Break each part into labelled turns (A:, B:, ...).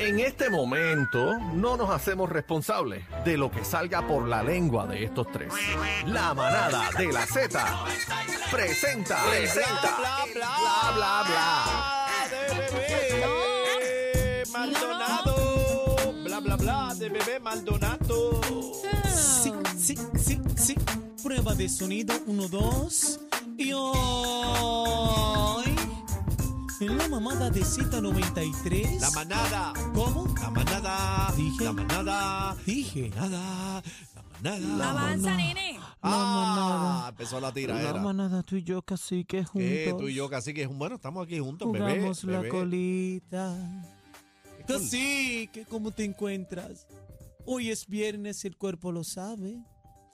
A: En este momento no nos hacemos responsables de lo que salga por la lengua de estos tres. La manada de la Z presenta, presenta,
B: Bla, bla, bla.
A: bla, bla, bla.
B: de bebé Maldonado. Bla bla bla de bebé Maldonado.
C: Sí, sí, sí, sí. Prueba de sonido 1, 2. Y hoy. En la mamada de Z93.
B: La manada,
C: ¿Cómo?
B: la manada,
C: Dije.
B: la manada,
C: Dije.
B: nada, la manada.
D: Avanza, nene.
B: Ah, empezó la
C: La
B: tiraera.
C: manada tú y yo casi que juntos.
B: Eh, tú y yo, casi que es un bueno, estamos aquí juntos, bebé.
C: Jugamos la
B: bebé.
C: colita.
B: Qué cool.
C: Así Pues que ¿cómo te encuentras? Hoy es viernes, el cuerpo lo sabe.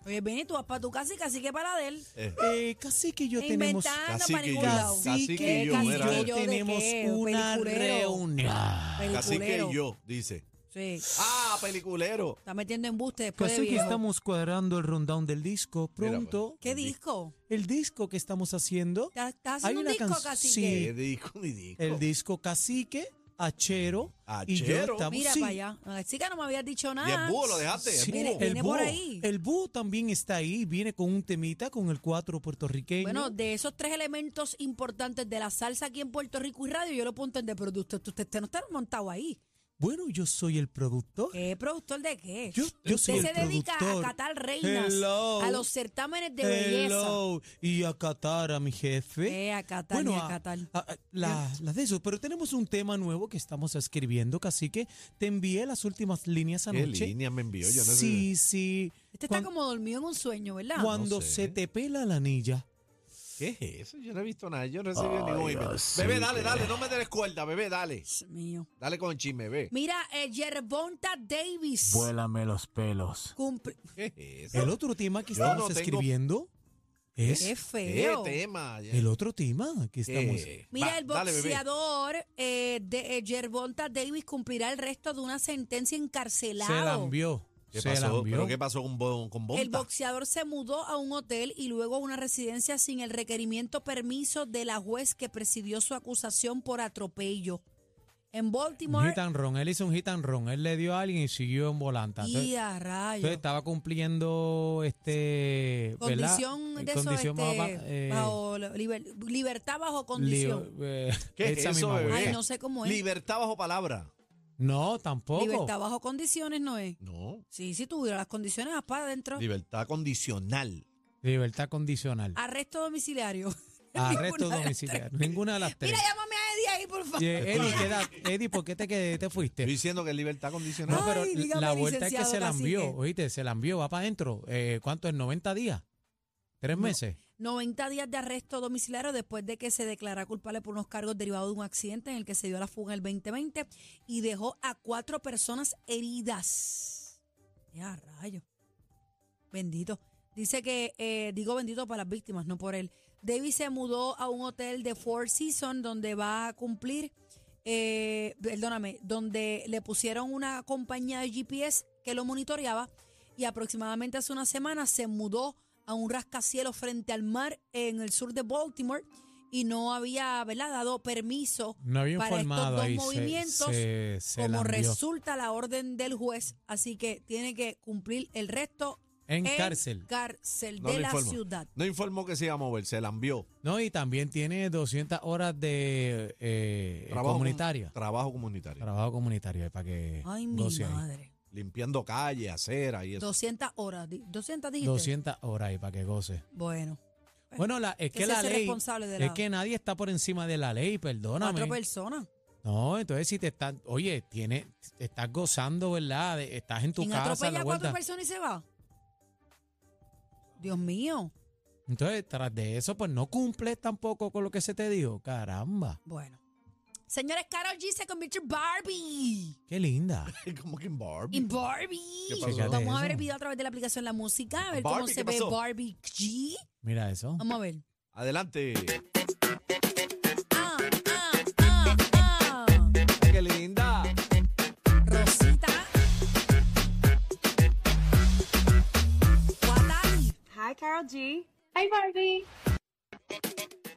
D: Oye, Benny, tú vas para tu casa y casi que para la de él.
B: Eh,
C: Eh, casi que
D: E
C: yo tenemos...
D: Inventando
B: Cacique
D: para
B: y
D: ningún
B: yo.
D: lado.
C: Casi
B: Cacique
C: que
B: y yo,
C: yo,
B: mira,
D: Cacique y yo, ¿de
C: tenemos
D: qué?
C: una
D: Peliculero.
C: reunión.
B: Ah, Casi que
D: Peliculero.
B: yo, dice.
D: Sí.
B: Ah, peliculero.
D: Está metiendo embuste después de
C: Casi Pues que
D: viejo.
C: estamos cuadrando el rundown del disco.
B: Mira, pues.
C: Pronto,
D: ¿Qué disco?
C: el disco que estamos haciendo,
D: ¿Estás estás
C: Hay
D: haciendo un
C: una
D: disco,
C: canc-
D: casi
C: sí.
D: que?
B: Qué disco, ni disco.
C: el disco Cacique, Achero, y yo
B: Achero.
C: estamos...
D: Mira
C: sí,
D: para allá. Así que no me habías dicho
B: Y
D: nada.
B: el búho lo dejaste.
C: Ah, sí,
B: el
D: Mire,
B: búho.
D: viene por
C: búho.
D: ahí.
C: El búho también está ahí, viene con un temita, con el cuatro puertorriqueño.
D: Bueno, de esos tres elementos importantes de la salsa aquí en Puerto Rico y radio, yo lo pongo en de productor. Usted, usted no está montado ahí.
C: Bueno, yo soy el productor.
D: ¿Qué productor de qué?
C: Yo- yo soy
D: usted se
C: el
D: dedica
C: productor.
D: a catar reinas,
C: Hello.
D: a los certámenes de belleza.
C: Hello. Y a Qatar, a mi jefe.
D: Eh, a catar
C: bueno, ah,
D: y
C: a-
D: a catar.
C: a- a- la, la de eso. Pero tenemos un tema nuevo que estamos escribiendo, Cacique. Te envié las últimas líneas
B: Qué
C: anoche.
B: línea me envió, yo no sé.
C: sí, sí.
D: Este está
C: Cuan-
D: como dormido en un sueño, ¿verdad?
C: Cuando
B: No sé.
C: se te pela la anilla.
B: ¿Qué es eso? Yo no he visto nada. Yo no he recibido ningún email. Bebé, dale, dale. No me des cuerda, bebé, dale.
D: Dios mío.
B: Dale con chisme, bebé.
D: Mira, eh, Gervonta Davis.
E: Vuélame los pelos.
D: cumple-
B: ¿Qué es eso?
C: El otro tema que
B: Yo no
C: estamos
B: tengo-
C: escribiendo es eh.
D: Qué
B: ¿Qué
D: feo.
B: tema? Ya.
C: el otro tema que estamos.
B: Eh,
D: Mira,
B: va,
D: el
B: dale, bebé.
D: boxeador eh, de eh, Gervonta Davis cumplirá el resto de una sentencia
C: se la
D: encarcelado.
C: envió.
B: ¿Qué
C: se la
B: pasó?
C: envió.
B: ¿Pero qué pasó con, Bon- con Bonta?
D: El boxeador se mudó a un hotel y luego a una residencia sin el requerimiento permiso de la juez que presidió su acusación por atropello. En
C: Un
D: Baltimore.
C: hit and run. Él hizo un hit and run. Él le dio a alguien y siguió en volanta. Entonces-
D: Y a rayos.
C: Entonces estaba cumpliendo este ¿verdad?
D: Condición de
C: Condición
D: eso,
C: bajo-
D: este,
C: eh,
D: bajo la- liber- libertad bajo condición.
C: li- eh,
B: ¿Qué es
C: esa
B: eso,
C: misma
B: bebé?
C: vuelta.
D: Ay, no sé cómo es.
B: Libertad bajo palabra.
C: No, tampoco.
D: Libertad bajo condiciones no es.
B: No.
D: Sí, si tuviera las condiciones, vas para adentro.
B: Libertad condicional.
C: Libertad condicional.
D: Arresto domiciliario.
C: Arresto
D: Ah, ninguna de las
C: domiciliario. Ninguna de las tres.
D: Mira, llámame a Eddie ahí, por favor.
C: Y, eh, Eddie, queda- Eddie, ¿por qué te, qued- te
B: Estoy
C: fuiste?
B: diciendo que es libertad condicional.
C: No, pero
D: Ay, dígame,
C: la vuelta es que
D: licenciado
C: se la envió,
D: Cacique.
C: oíste, se la envió, va para adentro. Eh, ¿Cuánto es? ¿90 días? ¿Tres meses?
D: 90 días de arresto domiciliario después de que se declarara culpable por unos cargos derivados de un accidente en el que se dio a la fuga en el 2020 y dejó a cuatro personas heridas. Ya, rayo. Bendito. Dice que, eh, digo bendito para las víctimas, no por él. Davis se mudó a un hotel de Four Seasons donde va a cumplir, eh, perdóname, donde le pusieron una compañía de GPS que lo monitoreaba y aproximadamente hace una semana se mudó a un rascacielos frente al mar en el sur de Baltimore y no había ¿verdad? dado permiso
C: No había
D: para estos
C: informado
D: dos
C: ahí. se-
D: movimientos
C: se- se la
D: como
C: envió.
D: resulta la orden del juez, así que tiene que cumplir el resto
C: En cárcel.
D: cárcel
B: No
D: de
B: le
D: la
B: informo.
D: ciudad.
B: No informó que se iba a mover, se la envió.
C: No, y también tiene 200 horas de eh,
B: com-
C: comunitaria.
B: Trabajo comunitario.
C: Trabajo comunitario, eh, para que
D: Ay, mi
C: goce ahí.
D: madre.
B: Limpiando calles, aceras y eso.
D: 200 horas, di- 200 dijiste.
C: 200 horas ahí para que goce.
D: Bueno,
C: Bueno, la, es
D: que
C: que
D: se
C: la
D: hace
C: ley
D: responsable de la
C: es que nadie está por encima de la ley,
D: cuatro
C: perdóname.
D: personas
C: No, entonces si te están, oye, tiene, estás gozando, ¿verdad? De- estás en tu
D: ¿Quién
C: casa,
D: atropella
C: la
D: a cuatro
C: vuelta.
D: personas y se va? Dios mío.
C: Entonces, tras de eso, pues no cumples tampoco con lo que se te dio. Caramba,
D: Bueno. Señores, Carol G se convirtió en Barbie.
C: qué linda.
B: Como que en Barbie.
D: En Barbie.
B: ¿Qué
C: pasó?
D: Vamos a
C: Eso.
D: ver el video a través de la aplicación La Música, a ver cómo
B: Barbie,
D: se
B: ¿qué
D: ve
B: pasó?
D: Barbie G.
C: Mira eso.
D: Vamos a ver.
B: Adelante.
D: Ah, ah, ah, ah.
B: Qué linda.
D: Rosita. Guatari.
F: Hi, Carol G.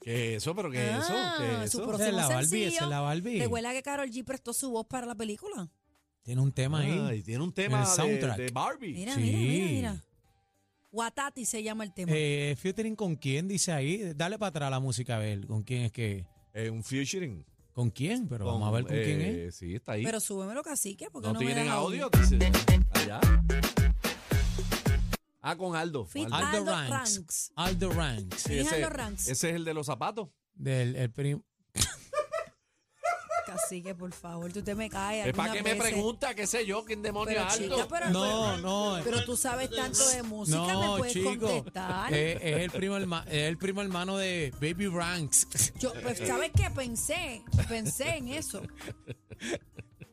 B: ¿Qué es eso? ¿Pero qué es eso?
D: Ah,
B: ¿Qué es
D: su
B: eso?
D: pro-
C: Esa es
D: próximo
C: la Barbie, esa
D: sencillo,
C: es la Barbie.
D: Recuerda que Carol G prestó su voz para la película.
C: Tiene un tema ahí.
B: Ay, tiene un tema
C: El
B: de,
C: soundtrack.
B: de Barbie.
D: Mira,
C: Sí.
D: mira, mira, mira. Guatati se llama el tema.
C: Eh, featuring con quién, dice ahí. Dale para atrás la música a ver con quién es que.
B: Eh, un featuring.
C: ¿Con quién? Pero vamos a ver con quién es.
B: eh, Sí, está ahí.
D: Pero súbemelo, cacique, porque
B: no,
D: no, me
B: tienen
D: deja
B: audio, dice. Allá. Ah, con Aldo.
D: Fit
B: Aldo.
D: Aldo
C: Aldo Ranks.
D: Ranks.
C: Aldo Ranks.
D: Sí,
B: ese,
D: Aldo Ranks.
B: ese es el de los zapatos.
C: Del el prim-
D: Cacique, por favor, tú te me caes.
B: Es para
D: algunas
B: que me
D: veces.
B: pregunta qué sé yo, quién demonio
D: Pero,
B: es Aldo.
D: chica, pues. pero,
C: No, no.
D: pero, pero tú sabes tanto de música,
C: no,
D: me puedes
C: chico. Eh,
D: contestar.
C: Es, es el primo herma- es el primo hermano de Baby Ranks.
D: Yo, pues, ¿sabes qué? Pensé, pensé en eso.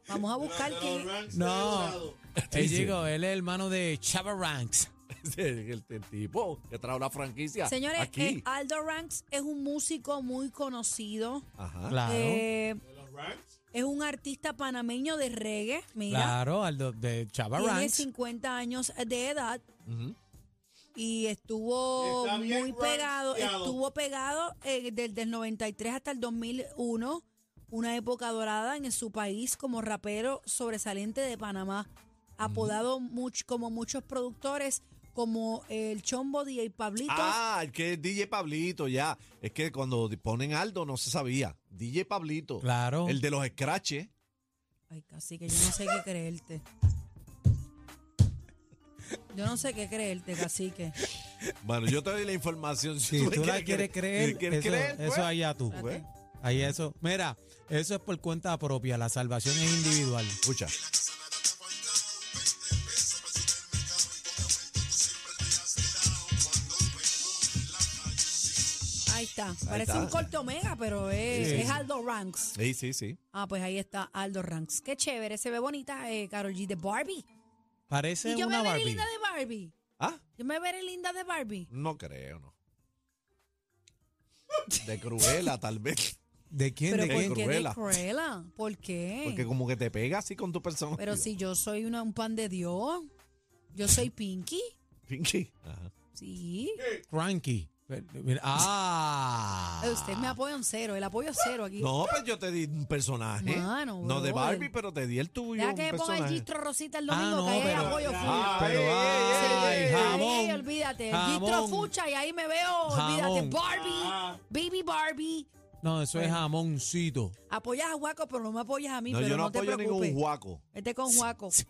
D: Vamos a buscar quién.
C: No.
B: Sí,
C: Él
B: sí.
C: llegó, él es hermano de Chava Ranks.
B: Sí, el, el tipo que trajo la franquicia.
D: Señores,
B: aquí.
D: eh, Aldo Ranks es un músico muy conocido.
B: Ajá.
C: Claro.
D: Eh, es un artista panameño de reggae. Mira,
C: Claro, Aldo, de Chava
D: tiene
C: Ranks.
D: 50 años de edad
B: Ujú.
D: y estuvo
E: Está bien
D: muy pegado.
E: rankeado.
D: Estuvo pegado eh, desde el 93 hasta el 2001. Una época dorada en su país como rapero sobresaliente de Panamá. Apodado much- como muchos productores, como el Chombo DJ Pablito.
B: Ah, el que es DJ Pablito, ya. Es que cuando ponen Aldo no se sabía. DJ Pablito.
C: Claro.
B: El de los scratches.
D: Ay, casi que yo no sé qué creerte. Yo no sé qué creerte, cacique.
B: Bueno, yo te doy la información.
C: Si tú la quieres
B: si
C: creer,
B: quieres
C: eso,
B: creer, pues.
C: eso allá tú.
B: Pues.
C: Ahí eso. Mira, eso es por cuenta propia. La salvación es individual.
B: Escucha.
D: Ahí está. Parece
B: está.
D: un corto mega, pero es,
B: Sí.
D: es Aldo Ranks.
B: Sí, sí, sí.
D: Ah, pues ahí está Aldo Ranks. Qué chévere, se ve bonita eh, Carol G de Barbie.
C: Parece
D: Y yo me
C: una
D: veré
C: Barbie.
D: linda de Barbie.
B: Ah,
D: Yo me veré linda de Barbie.
B: no creo, no. De Cruella, tal vez.
C: ¿De quién?
D: Pero
C: ¿De
B: qué?
D: ¿por
C: quién?
D: qué
B: Cruella.
D: de Cruella? ¿Por qué?
B: Porque como que te pega así con tu personalidad.
D: Pero si yo soy una- un pan de Dios, yo soy Pinky.
B: Pinky. Ajá.
D: Sí.
C: Cranky. Mira, Ah.
D: Eh, Usted me apoya un cero, el apoyo es cero aquí.
B: No, pues yo te di un personaje.
D: Mano,
B: no de
D: brother.
B: Barbie, pero te di el tuyo.
D: Deja
B: un
D: que me ponga el
B: personaje.
D: gistro rosita el
C: Ah,
D: domingo,
C: no,
D: que ahí hay
C: pero-
D: apoyo full.
B: Ah,
C: Pero
B: Ey,
C: ay,
B: ey, ey,
D: Ey,
C: jamón.
D: olvídate. El
C: jamón.
D: Gistro fucha y ahí me veo. Olvídate.
C: Jamón.
D: Barbie.
E: Ah.
D: Baby Barbie.
C: No, eso es jamoncito.
D: Apoyas a Juaco, pero no me apoyas a mí.
B: No,
D: pero
B: yo no,
D: te
B: apoyo
D: preocupes.
B: ningún guaco.
D: Vete con Juaco.
C: Sí,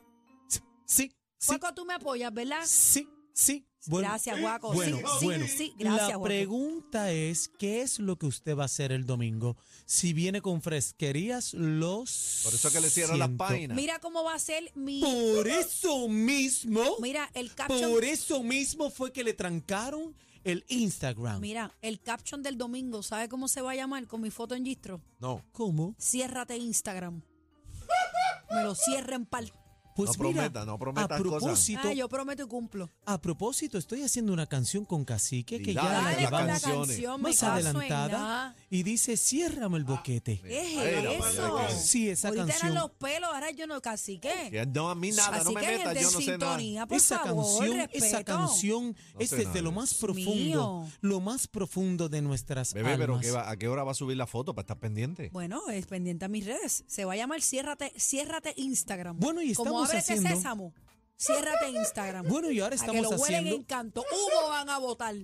C: sí,
D: Juaco, tú me apoyas, ¿verdad?
C: sí, sí. Bueno,
D: gracias, Juaco.
C: Bueno,
D: sí,
C: bueno.
D: sí, sí, gracias,
C: La
D: Juaco.
C: pregunta es, ¿qué es lo que usted va a hacer el domingo? Si viene con fresquerías, los...
B: Por eso es que le cierran las
C: siento.
B: páginas.
D: Mira cómo va a ser mi.
C: Por eso mismo,
D: Mira, el caption.
C: por eso mismo fue que le trancaron el Instagram.
D: Mira, el caption del domingo, ¿sabe cómo se va a llamar con mi foto en Gistro?
B: No.
C: ¿Cómo?
D: Ciérrate Instagram. Me lo cierren pal.
C: Pues
B: No
C: mira,
B: prometa, no prometas
C: a
B: cosas.
C: propósito,
D: Ah, yo prometo y cumplo.
C: a propósito, estoy haciendo una canción con Cacique que
B: Y
C: ya
B: dale
C: la
B: con
D: Dale con la
C: llevamos
B: canciones.
D: canción, me
C: más
D: caso en
C: adelantada
D: nada.
C: y dice, ciérrame el boquete.
D: ¿Qué
B: Era,
D: es
B: pues,
D: eso?
B: ya que-
C: Sí, esa
D: Ahorita
C: canción.
D: eran los pelos, ahora yo no, casi que.
B: Que No, a mí nada,
D: Así
B: no me
D: que
B: metas,
D: gente
B: yo
D: en
B: no sé nada.
D: sintonía, Ah, por
C: Esa
D: favor,
C: canción, esa
D: respeto.
C: canción
B: No
C: es
B: sé
C: desde
B: nada.
C: lo más
D: Dios
C: profundo,
D: mío.
C: lo más profundo de nuestras
B: Bebé, pero
C: almas.
B: ¿qué va- ¿a qué hora va a subir la foto para estar pendiente?
D: Bueno, es pendiente a mis redes. Se va a llamar Ciérrate, Ciérrate Instagram.
C: Bueno, y
D: Como
C: estamos
D: ábrete
C: haciendo-
D: sésamo. Ciérrate Instagram.
C: Bueno, y ahora
D: a que
C: estamos
D: lo huelen
C: haciendo-
D: en canto. Hugo van a votar.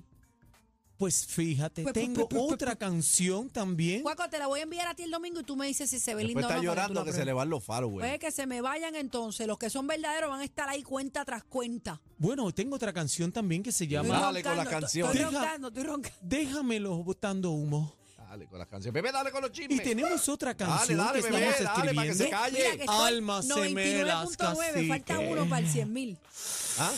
C: Pues fíjate,
D: Pues, pues,
C: tengo
D: pues, pues,
C: otra canción también.
D: Juaco, te la voy a enviar a ti el domingo y tú me dices si se ve
B: Después está
D: lindo o no. para tú
B: llorando
D: la
B: que se le
D: pruebes.
B: van los followers.
D: Pues que se me vayan entonces. Los que son verdaderos van a estar ahí cuenta tras cuenta.
C: Bueno, tengo otra canción también que se
D: Estoy
C: llama
B: Dale con la
D: roncando,
B: canción.
D: Estoy
C: Deja-
D: roncando, estoy roncando.
C: Déjamelo botando humo.
B: Dale con las canciones. Bebé, dale con los
C: Y
B: chismes.
C: tenemos otra
B: Dale,
C: canción
B: dale,
C: que
B: bebé, dale,
C: estamos
B: para que
C: escribiendo.
B: se calle.
D: Mira que estoy
C: Almas gemelas,
D: 99.9, falta
C: cacique.
D: uno para el 100 mil.
B: ¿Ah?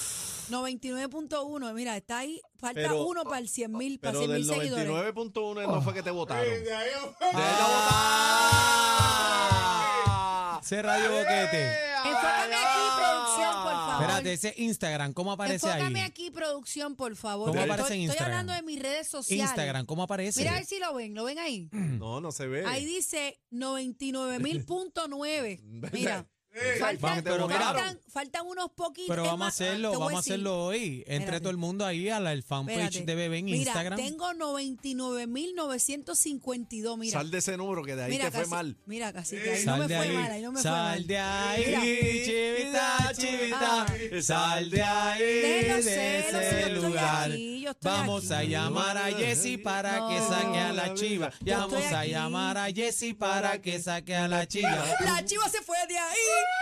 D: 99.1 mira, está ahí, falta
B: Pero-
D: uno para el 100 mil, para
B: Pero
D: 100 mil
B: del
D: seguidores. Oh.
B: 99.1 no fue que te votaron.
E: Ey,
B: ¡De
E: de ahí a-
B: la votaron!
C: Ese radio boquete.
D: Enfócame aquí, producción, por favor.
C: Espérate, ese Instagram, ¿cómo aparece
D: Enfócame
C: ahí?
D: aquí, producción, por favor.
C: ¿Cómo
D: Estoy-
C: aparece en
D: estoy,
C: Instagram?
D: hablando de mis redes sociales.
C: Instagram, ¿cómo aparece?
D: Mira a ver si lo ven, lo ven ahí.
B: No, no se ve.
D: Ahí dice 99.9. Mira, Faltan,
C: Vamos, pero mira.
D: faltan- faltan unos poquitos.
C: Pero
D: es
C: vamos a
D: más, ah,
C: hacerlo,
D: te voy
C: vamos a
D: decir,
C: hacerlo hoy. Entre
D: Espérate.
C: todo el mundo ahí a la el fanpage
D: espérate.
C: de Bebé en
D: Mira,
C: Instagram.
D: tengo 99.952, mira.
B: Sal de ese número que de ahí
D: mira,
B: te fue
D: casi-
B: mal.
D: Mira, casi que ahí
C: sal
D: no me
C: de
D: fue
C: ahí,
D: mal, ahí no me fue
C: sal
D: mal.
C: de ahí,
D: Mira,
C: chivita, chivita,
D: Ah.
C: sal de ahí
D: Déjenlo
C: de
D: ser, o sea, yo
C: ese
D: estoy
C: lugar.
D: aquí, yo estoy
C: Vamos a
D: aquí.
C: llamar a Jessy para que
D: No.
C: saque a la chiva.
D: Yo
C: Vamos
D: estoy
C: a
D: aquí.
C: llamar a Jessy para que saque a la chiva.
D: La chiva se fue de ahí.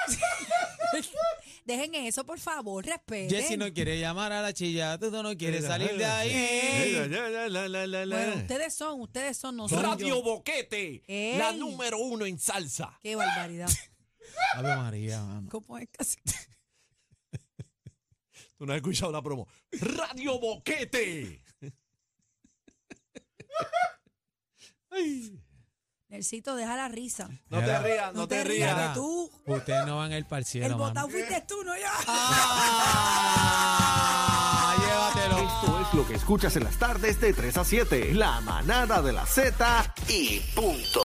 D: Dejen eso, por favor, respeten.
C: Jessy no quiere llamar a la chilla, tú no quieres salir de
B: Mira,
C: ahí.
B: la, la, la, la, la, la.
D: Bueno, ustedes son, ustedes son, no soy
B: Radio
D: yo.
B: Boquete,
D: Ey.
B: la número uno en salsa.
D: Qué barbaridad.
C: Ave María, mano.
D: ¿Cómo es casi?
B: Tú no has escuchado la promo. Radio Boquete.
D: Nercito, deja la risa.
B: No te
C: Mira.
B: rías, no, te, rías.
C: Mira.
D: que tú,
C: Ustedes no van a ir para el
D: el
C: cielo, mano.
D: botado fuiste tú, no yo.
C: Ah, llévatelo.
A: Esto es lo que escuchas en las tardes de 3 a 7. La manada de la Z y punto.